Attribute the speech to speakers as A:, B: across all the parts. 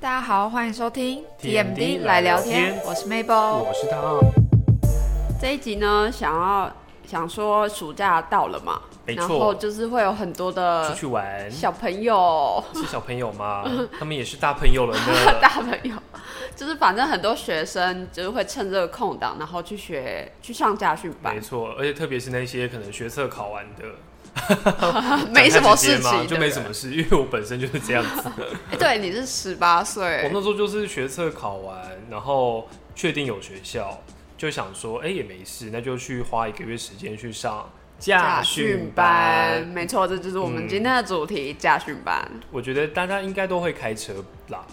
A: 大家好，欢迎收听
B: TMD
A: TMD 来聊
B: 来聊
A: 天
B: 天，
A: 我是
C: 哦
A: Mabel。
B: 我是大二，
C: 这一集呢，想要想说暑假到了嘛，
B: 没
C: 然
B: 错
C: 后就是会有很多的
B: 出去玩
C: 小朋友、
B: 是小朋友吗？他们也是大朋友了呢。
C: 大朋友，就是反正很多学生就是会趁这个空档，然后去学去上家训班
B: 没，错，而且特别是那些可能学测考完的，
C: 没什么事
B: 讲太直接嘛
C: 情，
B: 就没什么事，因 为我本身就是这样子。
C: 对不对。哎对，你是十八
B: 我
C: 岁，
B: 那时候就是学测考完，然后确定有学校，就想说，哎、也没事，那就去花一个月时间去上驾训
C: 班，
B: 班。
C: 没错，这就是我们
B: 嗯
C: 今天的主题——家训班。
B: 我觉得大家应该都会开车啦，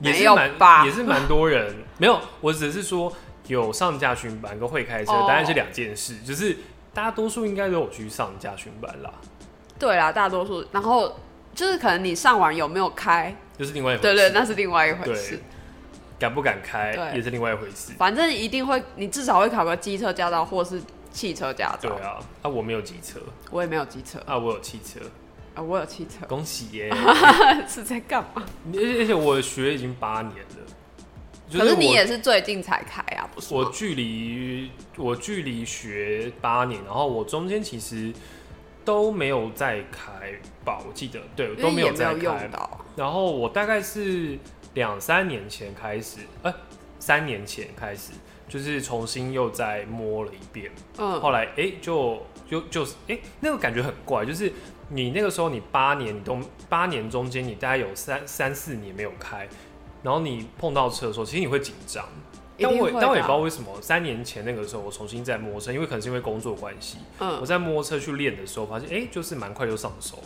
B: 也
C: 没
B: 是
C: 有
B: 蛮
C: 吧
B: 也是蛮多人。没有，我只是说有上驾训班跟会开车
C: 哦
B: 当然是两件事，只是大多数应该都有去上驾训班啦，
C: 对啦，大多数，然后就是可能你上完有没有开，
B: 就是另外一回
C: 对
B: 事。
C: 对，那是另外一回
B: 对
C: 事。
B: 敢不敢开
C: 对
B: 也是另外一回事。
C: 反正一定会，你至少会考个机车驾照或是汽车驾
B: 对
C: 照。
B: 啊，啊我没有机车，
C: 我也没有机车
B: 啊我有汽车，
C: 啊，我有汽车，
B: 恭喜 耶！
C: 是在干嘛？
B: 而且而且我学已经八年了，就
C: 可是
B: 我
C: 你也是最近才开啊，不是
B: 我
C: 吗？
B: 距离我距离学八年，然后我中间其实都没有再开吧，我记得对，
C: 因
B: 都
C: 为
B: 没
C: 也没
B: 再
C: 有
B: 开
C: 用。到啊，
B: 然后我大概是两三年前开始，呃，三年前开始，就是重新又再摸了一遍。
C: 嗯，
B: 后来哎、诶就就就是哎、那个感觉很怪，就是你那个时候你八年，你都八年中间你大概有三三四年没有开，然后你碰到车的时候，其实你会紧张。
C: 一
B: 但
C: 定
B: 我
C: 会
B: 也
C: 的啊
B: 但我也不知道为什么，三年前那个时候我重新在摸车，因为可能是因为工作关系，我
C: 嗯，
B: 在摸车去练的时候，发现哎、诶就是蛮快就上手，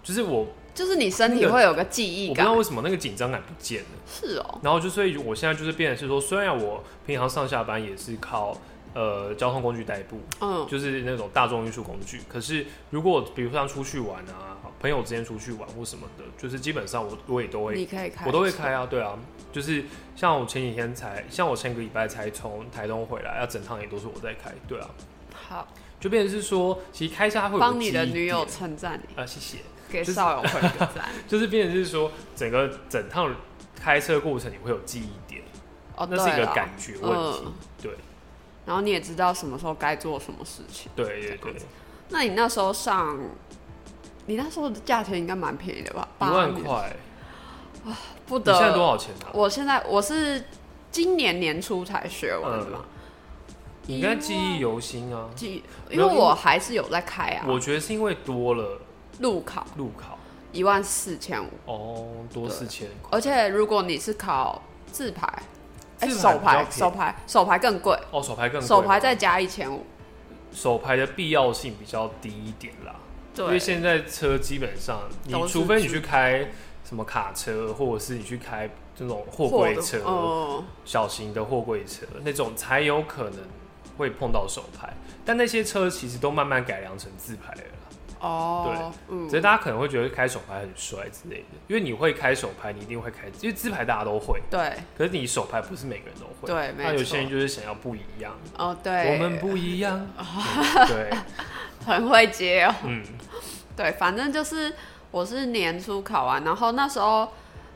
B: 就是我我
C: 就是你身体
B: 那个
C: 会有个记忆
B: 不知道
C: 感，
B: 为什么那个紧张感不见了。
C: 是哦，
B: 然后就所以我现在就是变成是说，虽然我平常上下班也是靠呃交通工具代步，
C: 嗯，
B: 就是那种大众运输工具。可是如果比如说像出去玩啊，朋友之间出去玩或什么的，就是基本上我我也都
C: 你
B: 会，
C: 可以开，
B: 我都会，开啊，对啊。就是像我前几天才，像我前个礼拜才从台东回来，啊，整趟也都是我在开，对啊。
C: 好，
B: 就变成是说，其实开车它会有
C: 帮你的
B: 记忆
C: 女友
B: 点
C: 称赞你，
B: 啊，谢谢。
C: 给
B: 就是
C: 少友回个 赞，
B: 就是变成是说，整个整趟开车过程你会有记忆点，
C: 哦，
B: 那是一
C: 对
B: 个
C: 了
B: 感觉问题，
C: 嗯
B: 对
C: 然后你也知道什么时候该做什么事情。
B: 对对
C: 这
B: 对
C: 样，那你那时候上，你那时候的价钱应该蛮便宜的吧？
B: 一
C: 八
B: 万
C: 年，
B: 块，
C: 不
B: 你现在
C: 得。
B: 多少钱啊？
C: 我现在我是今年年初才学完的嘛，
B: 嗯你应该记忆犹新啊。
C: 记，
B: 没
C: 因
B: 有
C: 为
B: 因为
C: 我还是有在开啊。
B: 我觉得是因为多了
C: 路考
B: 路考
C: 一万四千五，
B: 哦，多
C: 对
B: 四千块
C: 而且如果你是考自排，哎、
B: 自排
C: 手
B: 比较
C: 牌
B: 便宜
C: 手牌手牌更贵，
B: 哦，手牌更贵
C: 手牌
B: 嘛
C: 再加一千五。
B: 手牌的必要性比较低一点啦，因为
C: 对，
B: 现在车基本上你
C: 都是
B: 除非你
C: 自
B: 去开什么卡车，或者是你去开这种货
C: 货
B: 柜
C: 的
B: 车、
C: 哦、
B: 小型的货柜车那种，才有可能会碰到手牌。但那些车其实都慢慢改良成自牌了啦，
C: 哦，嗯
B: 只是大家可能会觉得开手牌很帅之类的，因为你会开手牌，你一定会开，因为自牌大家都会。
C: 对，
B: 可是你手牌不是每个人都会，
C: 对没
B: 那有些人
C: 错
B: 就是想要不一样，
C: 哦对，
B: 我们不一 样，嗯对，
C: 很会接哦。
B: 嗯，
C: 对，反正就是我是年初考完，然后那时候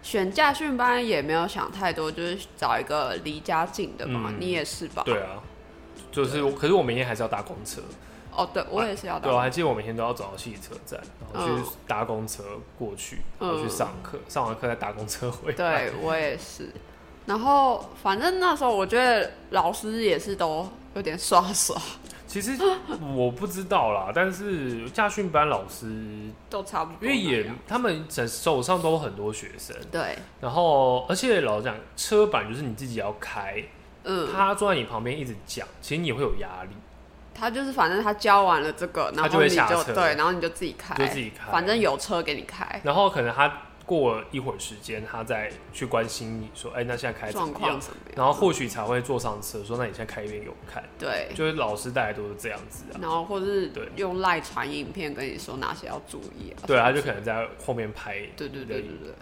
C: 选驾训班也没有想太多，就是找一个离家近的嘛。
B: 嗯
C: 你也是吧？。
B: 对啊，就是我，可是我每天还是要搭公车，
C: 哦，对，我也是要
B: 对啊，我
C: 打。
B: 还记得我每天都要走到汽车站，然后去
C: 嗯
B: 搭公车过去，然后去
C: 嗯
B: 上课，上完课再搭公车回来，
C: 对，我也是。然后反正那时候我觉得老师也是都有点刷手，
B: 其实我不知道啦，但是驾训班老师，
C: 都差不多啊
B: 因
C: 那
B: 为
C: 样。
B: 也他们手手上都有很多学生，
C: 对，
B: 然后而且老实讲，车板就是你自己要开，
C: 嗯，
B: 他坐在你旁边一直讲，其实你会有压力，
C: 他就是反正他教完了这个，然
B: 他就
C: 后
B: 会
C: 你就
B: 下车
C: 对，然后你就自己开，
B: 就自己开
C: 反正有车给你开，
B: 然后可能他过了一会儿时间，他再去关心你说，哎、那现在开怎
C: 状
B: 么
C: 况
B: 样？
C: 怎么样？
B: 然后或许才会坐上车说，那你现在开一遍给我看。
C: 对，
B: 就是老师大概都是这样子啊，
C: 然后或是
B: 对
C: 用赖传影片跟你说哪些要注意啊。
B: 对，他就可能在后面拍，
C: 对对对对对，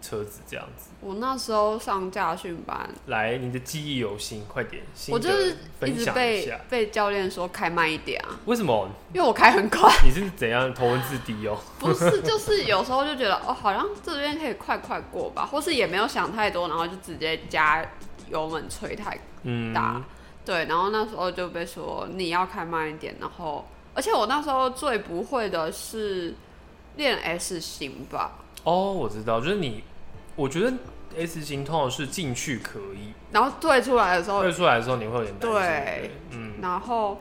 B: 车子这样子？
C: 我那时候上驾训班，
B: 来，你的记忆犹新，快点，心
C: 我
B: 得
C: 就是一
B: 分
C: 直
B: 享一
C: 被
B: 下。
C: 被教练说开慢一点啊，
B: 为什么
C: 因为我开很 快，
B: 你是怎样头文字 D 哦？
C: 不是就是有时候就觉得哦，好像这边可以快快过吧，或是也没有想太多，然后就直接加油门吹太
B: 嗯，
C: 大，对，然后那时候就被说你要开慢一点，然后而且我那时候最不会的是练 S 型吧，
B: 哦，我知道，就是你，我觉得 S 型通常是进去可以，
C: 然后退出来的时候
B: 退出来的时候你会有点担心。
C: 哦对
B: 对，嗯，
C: 然后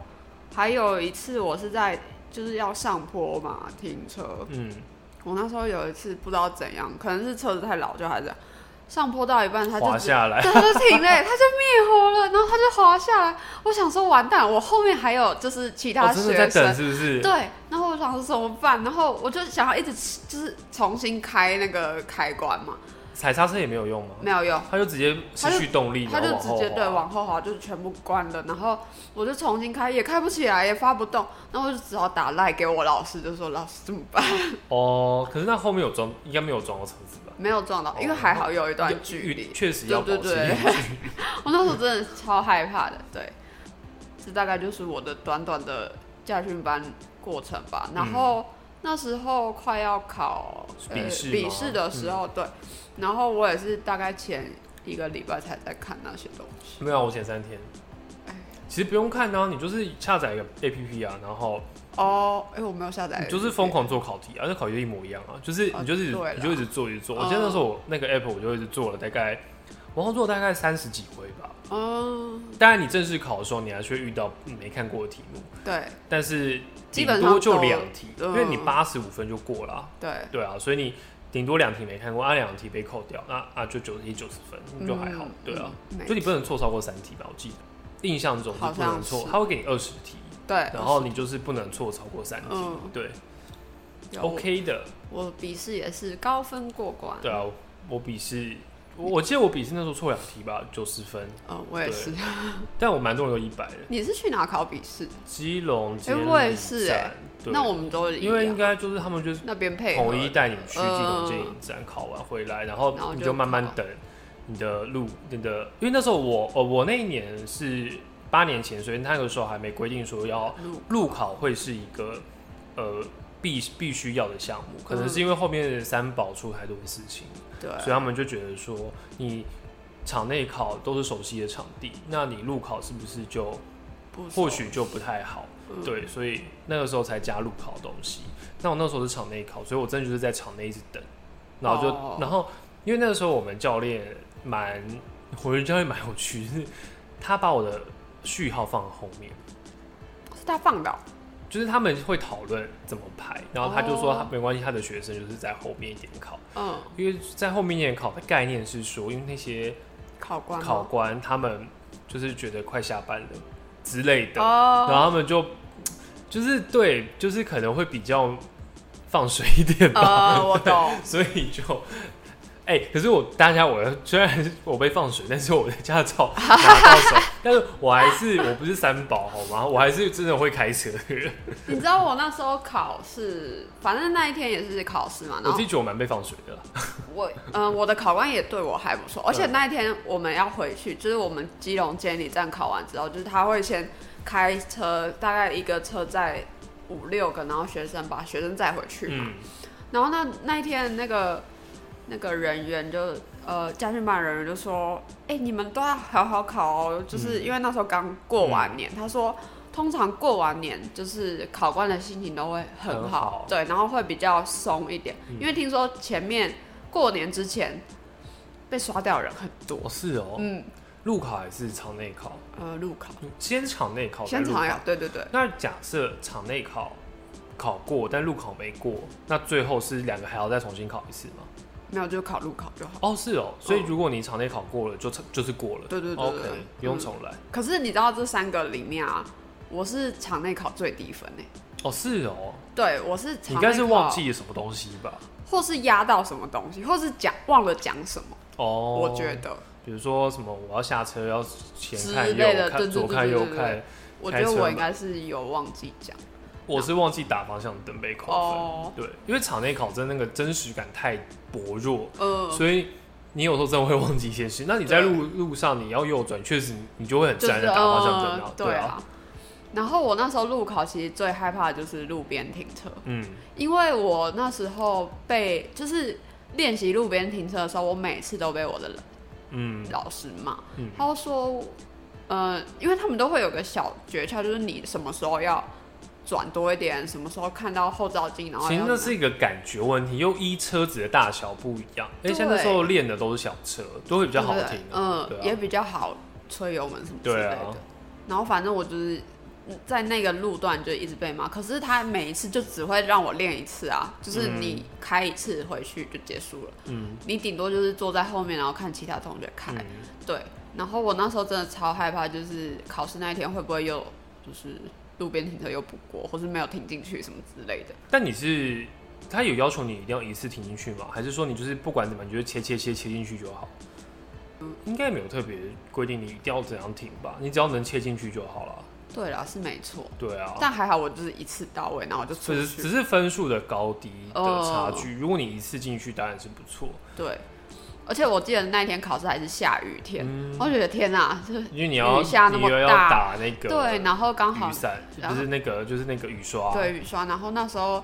C: 还有一次我是在就是要上坡嘛停车，
B: 嗯，
C: 我那时候有一次不知道怎样，可能是车子太老就还是这样上坡到一半它就
B: 滑
C: 直
B: 下来，
C: 对，它就 停了，它就灭火了，然后它就滑下来。我想说完蛋，我后面还有就是其他
B: 哦，真的在
C: 学生，
B: 等是不是？
C: 对，然后我想说怎么办，然后我就想要一直吃就是重新开那个开关嘛，
B: 踩刹车也没有用吗？
C: 没有用，
B: 它就直接失去动力，
C: 他就
B: 然后往
C: 直
B: 后
C: 接
B: 滑
C: 对往后滑，就是全部关了，然后我就重新开，也开不起来，也发不动，然后我就只好打赖给我老师，就说老师怎么办？
B: 哦，可是那后面有装，应该没有装过车子吧？
C: 没有撞到，因为
B: 哦
C: 还好有一段距离，
B: 确实要保
C: 对
B: 持
C: 对对
B: 距离。
C: 我那时候真的超害怕的，对，这大概就是我的短短的驾训班过程吧。然后、那时候快要考、呃、
B: 嗯笔试吗嗯
C: 笔试的时候，对，然后我也是大概前一个礼拜才在看那些东西。
B: 没有，啊我前三天
C: 哎。
B: 其实不用看啊，你就是下载一个 A P P 啊，然后
C: 哦，哎、我没有下载，
B: 你就是疯。狂做考题啊，那考题就一模一样啊，就是
C: 哦
B: 你就是
C: 对啦
B: 你就一直做一直做。我
C: 嗯
B: 记得那时候我那个 app 我就一直做了大概，我好像做了大概三十几回吧。
C: 嗯，
B: 当然你正式考的时候，你还是会遇到你没看过的题目，
C: 对
B: 但是
C: 基
B: 顶
C: 本上
B: 多就
C: 都
B: 两题，
C: 嗯
B: 因为你八十五分就过了啊、
C: 对，
B: 对啊，所以你顶多两题没看过，啊两题被扣掉，那啊就九题九十分就还好，
C: 嗯
B: 对啊，，
C: 嗯没
B: 就你不能错超过三题吧，我记得印象中是
C: 好
B: 不
C: 像
B: 能错
C: 是，
B: 他会给你二十题，
C: 对，
B: 然后你就是不能错超过三题，
C: 嗯
B: 对啊
C: 有
B: ，OK 的，
C: 我笔试也是高分过关，
B: 对啊，我笔试，我我记得我笔试那时候错两题吧，九十分，
C: 嗯，我也
B: 对
C: 是。
B: 但我蛮多人都一百的，
C: 你是去哪考笔试？
B: 基隆监
C: 哎
B: 理
C: 我也是哎
B: 站，对，
C: 那我们都一样
B: 因为应该就是他们就是
C: 那边配合
B: 统一带你去
C: 嗯
B: 基隆电影展考完回来，然后
C: 然后
B: 你
C: 就
B: 就慢慢
C: 考
B: 等你的路，你的，因为那时候我呃我那一年是八年前，所以那个时候还没规定说要
C: 路
B: 路考会是一个呃必必须要的项目，可
C: 嗯
B: 能是因为后面的三宝出太多的事情，
C: 对，
B: 所以他们就觉得说你场内考都是熟悉的场地，那你路考是不是就
C: 不熟
B: 或许就不太好？
C: 嗯
B: 对，所以那个时候才加入考东西。那我那时候是场内考，所以我真的就是在场内一直等，然后就，
C: 哦
B: 然后因为那个时候我们教练蛮，我的教练蛮有趣，就是他把我的序号放后面，
C: 是他放的哦、
B: 就是他们会讨论怎么排，然后他就说
C: 哦
B: 他没关系，他的学生就是在后面一点考，
C: 嗯，
B: 因为在后面一点考的概念是说，因为那些
C: 考官哦吗
B: 考官他们就是觉得快下班了之类的，然
C: 哦，
B: 后他们就就是对，就是可能会比较放水一点吧，
C: 呃，我懂
B: ，所以就。哎、可是我大家，我虽然我被放水，但是我的驾照 拿到手，但是我还是我不是三宝好吗？我还是真的会开车的人，
C: 你知道我那时候考试，反正那一天也是考试嘛，
B: 我
C: 然
B: 自
C: 后
B: 己觉得我蛮被放水的啦。
C: 我，嗯、我的考官也对我还不错，而且那一天我们要回去，就是我们基隆监理站考完之后，就是他会先开车，大概一个车载五六个，然后学生把学生载回去嘛，
B: 嗯，
C: 然后那那一天那个那个人员就呃家训班人员就说，哎、你们都要好好考哦，就是
B: 嗯
C: 因为那时候刚过完年，他说通常过完年就是考官的心情都会很好，
B: 很好嗯
C: 对，然后会比较松一点，因为听说前面过年之前被刷掉的人很多，
B: 我是哦、
C: 嗯，
B: 路考还是场内考？嗯
C: 呃，路考。
B: 先场内考，
C: 现
B: 哦再路
C: 场
B: 考
C: 要对对对，
B: 那假设场内考考过，但路考没过，那最后是两个还要再重新考一次吗？
C: 没有就考路考就好。
B: 哦，是哦，所以如果你场内考过了，就就是过了。
C: 嗯对对对
B: o
C: 对
B: k
C: 对
B: 不用重来。
C: 可是你知道这三个里面啊，我是场内考最低分诶、
B: 哦，是哦，
C: 对，我是
B: 你
C: 场内
B: 应该是忘
C: 考
B: 记了什么东西吧？
C: 或是压到什么东西，或是讲忘了讲什么，
B: 哦，
C: 我觉，得，
B: 比如说什么，我要下车要前看
C: 之
B: 右
C: 类的对
B: 看，
C: 对
B: 左
C: 对
B: 看
C: 对
B: 右
C: 对对
B: 看，
C: 我
B: 开
C: 觉得
B: 车
C: 我
B: 嘛
C: 应该是有忘记讲。
B: 我是忘记打方向灯被扣分。
C: 哦，
B: 对，因为场内考证那个真实感太薄弱，
C: 呃，
B: 所以你有时候真的会忘记一些事。那你在路路上你要右转，确实你你就会很自
C: 就是
B: 然的打方向灯啊
C: 呃，
B: 对
C: 对
B: 啊，
C: 啊。然后我那时候路考其实最害怕的就是路边停车，
B: 嗯，
C: 因为我那时候被就是练习路边停车的时候，我每次都被我的
B: 嗯
C: 老师骂，
B: 嗯
C: 他就说，呃，因为他们都会有个小诀窍，就是你什么时候要转多一点，什么时候看到后照镜，然后
B: 其实
C: 要
B: 那是一个感觉问题，又依车子的大小不一样。而
C: 对
B: 且那时候练的都是小车，都会比较好
C: 对不对
B: 停啊。
C: 嗯，
B: 对
C: 也
B: 啊，
C: 比较好吹油门什么之类
B: 对
C: 的。
B: 啊，
C: 然后反正我就是在那个路段就一直被骂，可是他每一次就只会让我练一次啊，就是
B: 嗯
C: 你开一次回去就结束了，
B: 嗯
C: 你顶多就是坐在后面，然后看其他同学开。
B: 嗯，
C: 对，然后我那时候真的超害怕，就是考试那一天会不会又就是路边停车又不过，或是没有停进去什么之类的。
B: 但你是他有要求你一定要一次停进去吗？还是说你就是不管怎么，你就是切切切切进去就好？应该没有特别规定你一定要怎样停吧，你只要能切进去就好了。
C: 对啦，是没错，
B: 对啊，
C: 但还好我就是一次到位，然后我就出
B: 只是只
C: 去。
B: 是分数的高低的
C: 哦
B: 差距。如果你一次进去，当然是不错，
C: 对，而且我记得那一天考试还是下雨天，
B: 嗯
C: 我就觉得天哪，这
B: 因为你要
C: 雨下那
B: 你
C: 么
B: 又要
C: 大
B: 打那个
C: 对，然后刚好
B: 雨伞，
C: 然
B: 不
C: 后
B: 是那个就是那个雨刷。
C: 对雨刷，然后那时候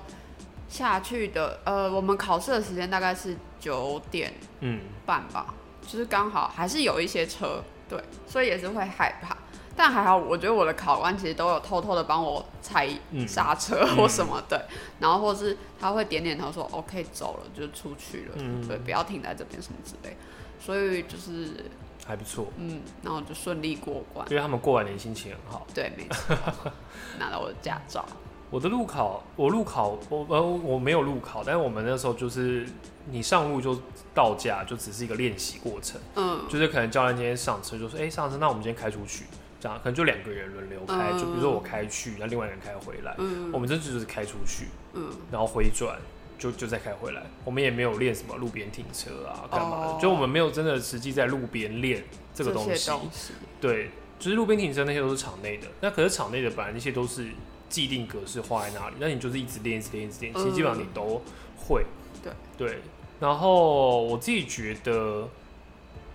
C: 下去的，呃，我们考试的时间大概是九点
B: 嗯，
C: 半吧，就是刚好还是有一些车，对，所以也是会害怕。但还好，我觉得我的考官其实都有偷偷的帮我踩
B: 嗯
C: 刹车或什么的，然后或是他会点点头说 “OK，走了”，就出去了，
B: 嗯
C: 对，不要停在这边什么之类。所以就是
B: 还不错，
C: 嗯，然后就顺利过关，
B: 因为他们过完年心情很好。
C: 对，没错， 拿到我的驾照，
B: 我的路考，我路考，我呃我没有路考，但是我们那时候就是你上路就到家，就只是一个练习过程，
C: 嗯，
B: 就是可能教练今天上车就说，哎、上车，那我们今天开出去，这样可能就两个人轮流开，就比如说我开去，然后另外一个人开回来，
C: 嗯
B: 我们这次就是开出去，
C: 嗯，
B: 然后回转就就再开回来，我们也没有练什么路边停车啊干嘛的，
C: 哦
B: 就我们没有真的实际在路边练这个东
C: 些
B: 西，
C: 东西，
B: 对，就是路边停车那些都是场内的，那可是场内的本来那些都是既定格式画在那里，那你就是一直练、一直练、一直练，其实基本上你都会。
C: 嗯对
B: 对，然后我自己觉得，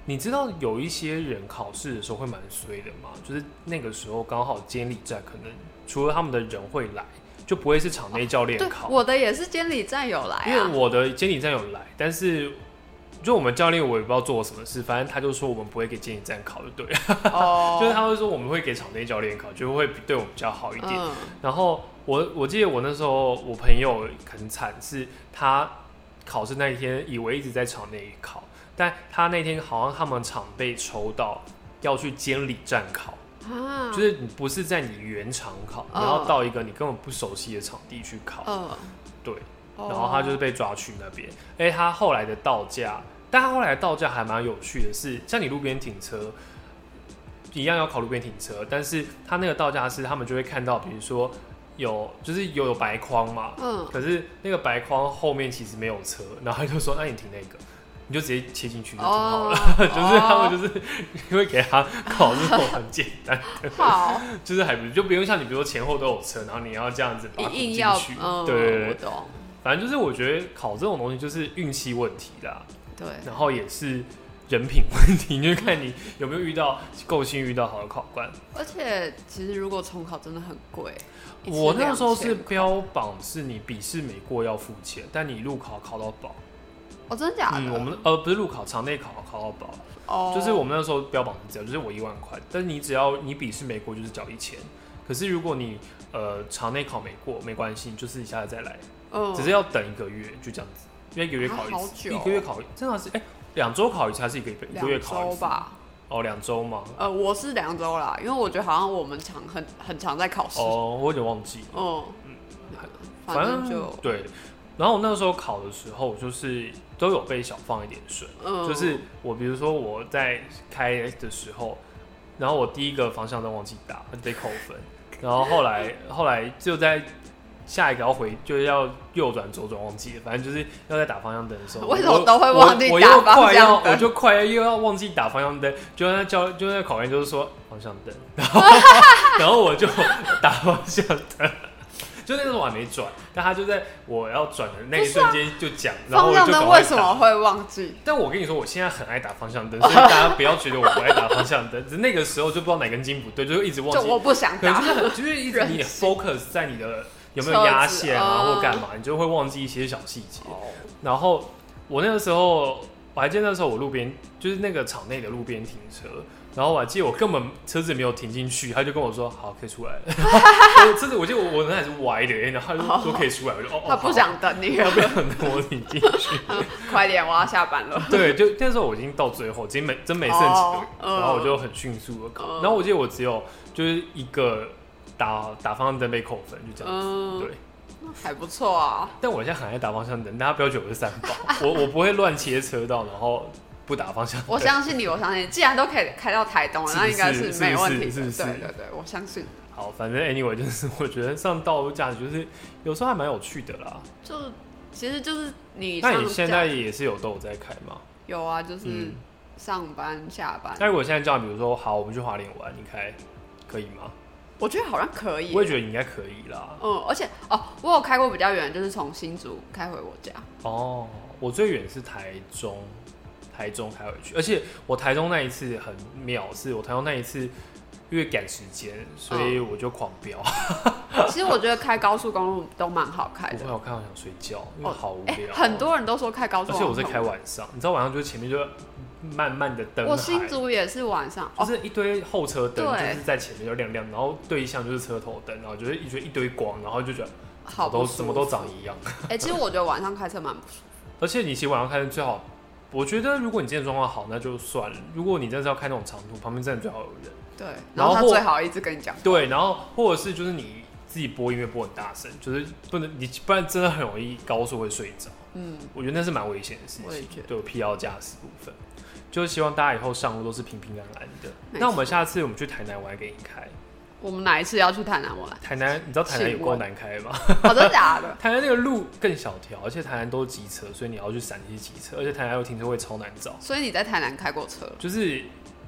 B: 你知道有一些人考试的时候会蛮衰的嘛，就是那个时候刚好监理站可能除了他们的人会来，就不会是场内教练
C: 哦对，
B: 考，
C: 我的也是监理站有来、啊，
B: 因为我的监理站有来，但是。就我们教练，我也不知道做了什么事，反正他就说我们不会给监理站考，就对了。
C: 哦，
B: 就是他会说我们会给场内教练考，就会对我们比较好一点。
C: 嗯，
B: 然后我我记得我那时候我朋友很惨，是他考试那一天以为一直在场内考，但他那天好像他们场被抽到要去监理站考，
C: 啊，
B: 就是你不是在你原场考，
C: 嗯
B: 然后到一个你根本不熟悉的场地去考，
C: 嗯，
B: 对，
C: 哦
B: 然后他就是被抓去那边。哎、他后来的到家，但他后来的到家还蛮有趣的是，像你路边停车一样要考路边停车，但是他那个到家是他们就会看到，比如说有就是有有白框嘛，
C: 嗯，
B: 可是那个白框后面其实没有车，然后他就说：“那你停那个。”你就直接切进去就停好了，
C: 哦
B: 就是他们就是 因为给他考这种很简单，
C: 好，
B: 就是还不就不用像你，比如说前后都有车，然后你要这样子把它
C: 硬
B: 停
C: 硬
B: 进
C: 要
B: 去，，
C: 嗯，
B: 对对对
C: 我，懂，
B: 反正就是我觉得考这种东西就是运气问题啦，
C: 对，
B: 然后也是人品问题， 就看你有没有遇到够幸运遇到好的考官。
C: 而且其实如果重考真的很贵，一次
B: 我那时候
C: 2000
B: 是标榜是你笔试没过要付钱，但你路考考到饱。
C: 哦，真的假的？
B: 嗯，我们呃不是路考，场内考考到饱，
C: 哦，
B: 就是我们那时候标榜是这样，就是我一万块，但你只要你笔试没过就是缴一千。可是如果你呃场内考没过没关系，你就是一下子再来，
C: 嗯，
B: 只是要等一个月，就这样子，因为一个月考
C: 啊
B: 一
C: 好久
B: 次，
C: 哦
B: 一个月考一真的是哎，两、周考一次还是一个月一个月
C: 两
B: 考一
C: 周
B: 次？
C: 吧。
B: 哦，两周吗？
C: 呃，我是两周啦，因为我觉得好像我们常很很常在考试，
B: 哦，我有点忘记了，
C: 嗯，
B: 哦反
C: 反正就
B: 对。然后我那时候考的时候，就是都有被小放一点水，
C: 嗯，
B: 就是我比如说我在开的时候，然后我第一个方向灯忘记打，被扣分。然后 后来后来就在下一个要回就是要右转左转忘记了，反正就是要在打方向灯的时 候，
C: 为什么
B: 我
C: 都会忘记
B: 我我
C: 打
B: 又
C: 方
B: 快要
C: 向灯
B: 我就快又要忘记打方向灯，就那教就那考官 就是说方向灯，然后然后我就打方向灯，就那时候我还没转，但他就在我要转的那一瞬间就讲，然后
C: 啊方
B: 我
C: 向
B: 就赶
C: 灯
B: 快
C: 为
B: 打
C: 什么会忘记？
B: 但我跟你说，我现在很爱打方向灯，所以大家不要觉得我不爱打方向灯。只是那个时候就不知道哪根筋不对，就一直忘
C: 就
B: 记，
C: 我不想
B: 可能
C: 打
B: 就是，很就是一直你
C: 人
B: focus 在你的有没有压线
C: 车子
B: 啊
C: 哦
B: 或干嘛，你就会忘记一些小细节。然后我那个时候，我还记得那时候我路边就是那个场内的路边停车，然后我还记得我根本车子没有停进去，他就跟我说好可以出来了。 我车子我记得我我那还是歪的、欸然后他就说可以出来，我就哦哦
C: 他不。想等你了
B: 好，他不想等我停进去，
C: 快点，我要下班了。
B: 对，就那时候我已经到最后，已经没真没剩几
C: 哦
B: 个，然后我就很迅速的考
C: 嗯，
B: 然后我记得我只有就是一个打打方向灯被扣分，就这样子。
C: 嗯，
B: 对，
C: 还不错啊。
B: 但我现在很爱打方向灯，大家不要觉得我是三宝，我我不会乱切车道，然后不打方向灯。
C: 我相信你，我相信你，既然都可以开到台东了，
B: 是不
C: 那
B: 是
C: 应该没问题的。
B: 是不是
C: 对对对，我相信。
B: 好，反正 anyway 就是我觉得上道路驾驶就是有时候还蛮有趣的啦。
C: 就其实就是你
B: 那
C: 上
B: 你现在也是有都有在开吗？
C: 有啊，就是
B: 嗯
C: 上班下班，
B: 那如果现在叫你，比如说好，我们去华联玩，你开可以吗？
C: 我觉得好像可以。
B: 我也觉得你应该可以啦。
C: 嗯，而且哦，我有开过比较远，就是从新竹开回我家。
B: 哦，我最远是台中，台中开回去，而且我台中那一次很妙，是我台中那一次因为赶时间，所以我就狂飙。
C: 哦其实我觉得开高速公路都蛮好开
B: 不
C: 的
B: 会，。我看我想睡觉，因为好无
C: 哎、
B: 聊。
C: 很，多人都说开高速
B: 啊而
C: 公
B: 且
C: 路，
B: 我是开。晚上，你知道晚上就是前面就慢慢的灯海，
C: 我新竹也是晚上
B: 就
C: 哦，
B: 是一堆后车灯，
C: 对
B: 就是在前面就亮亮，然后对向就是车头灯，然后就是一堆一堆光，然后就觉得
C: 哦好
B: 都
C: 不
B: 什
C: 舒
B: 么
C: 服
B: 都长一样。
C: 哎、其实我觉得晚上开车蛮不舒服。
B: 而且你其实晚上开车最好，我觉得如果你今天状况好，那就算了；如果你真的是要开那种长途，旁边真的最好有人。
C: 对，
B: 然
C: 然后
B: 后
C: 他
B: 或
C: 最好一直跟你讲。
B: 对，然后或者是就是你自己播音乐播很大声，就是不能你不然真的很容易高速会睡着。
C: 嗯，
B: 我觉得那是蛮危险的事
C: 我也觉
B: 情，
C: 得
B: 对我疲劳驾驶部分，就希望大家以后上路都是平平安安的。
C: 没错
B: 那我们下次我们去台南玩给你开，
C: 我们哪一次要去台南玩？
B: 台南你知道台南有够难开吗？
C: 好、真的假的？
B: 台南那个路更小条，而且台南都是机车，所以你要去闪那些机车，而且台南有停车位超难找，
C: 所以你在台南开过车？
B: 就是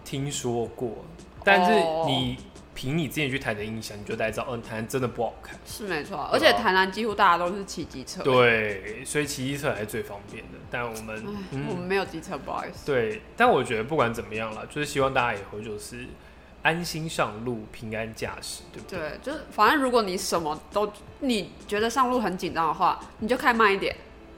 B: 听说过，但是
C: 哦
B: 你凭你自己去台南印象，你就大概知道，嗯，台南真的不好开。
C: 是没错啊，而且台南几乎大家都是骑机车。哎
B: 对，所以骑机车还是最方便的。但我们
C: 唉，我
B: 嗯
C: 们，没有机车，不好意思。
B: 对，但我觉得不管怎么样啦，就是希望大家以后就是安心上路，平安驾驶，对不对？
C: 对，就是反正如果你什么都你觉得上路很紧张的话，你就开慢一点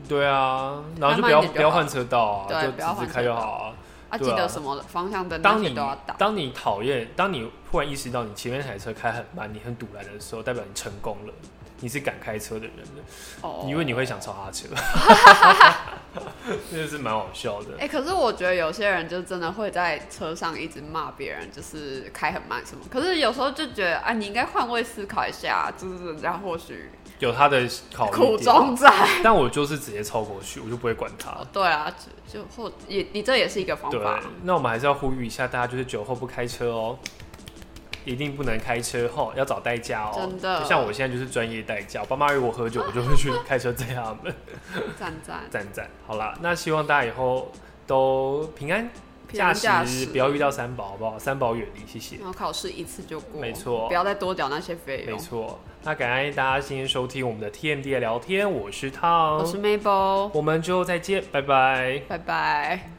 B: 对啊，然后就不
C: 慢
B: 要
C: 一点就
B: 不要
C: 好
B: 换车道啊，
C: 对
B: 就
C: 不要
B: 直
C: 换
B: 直开
C: 车
B: 就
C: 道
B: 好啊。
C: 啊，
B: 对
C: 记
B: 啊
C: 得什么方向灯那
B: 当
C: 些
B: 你
C: 都要打。
B: 当你讨厌，当你忽然意识到你前面那台车开很慢，你很堵拦的时候，代表你成功了，你是敢开车的人了，
C: 哦
B: 因为你会想超他车， 真的是蛮好笑的。
C: 哎、可是我觉得有些人就真的会在车上一直骂别人，就是开很慢什么。可是有时候就觉得啊，你应该换位思考一下，就是人家或许
B: 有他的考虑
C: 苦
B: 点，
C: 中在。
B: 但我就是直接超过去，我就不会管他。
C: 对啊，就就或也你这也是一个方
B: 对
C: 法。，
B: 那我们还是要呼吁一下大家，就是酒后不开车哦，一定不能开车吼，要找代驾哦。
C: 真的
B: 就像我现在就是专业代驾，我爸妈如果喝酒，我就会去开车载他们。
C: 赞赞，
B: 赞赞，好啦，那希望大家以后都平安
C: 平
B: 驾
C: 安
B: 驶，
C: 驾驶
B: 不要遇到三宝，好不好？三宝远离，谢谢。
C: 然后考试一次就过，
B: 没错
C: 不要再多缴那些费
B: 没
C: 用。
B: 错，那感谢大家今天收听我们的 TMD 的聊天，我是汤，
C: 我是 Mabel，
B: 我们之后再见，拜拜。
C: 拜拜。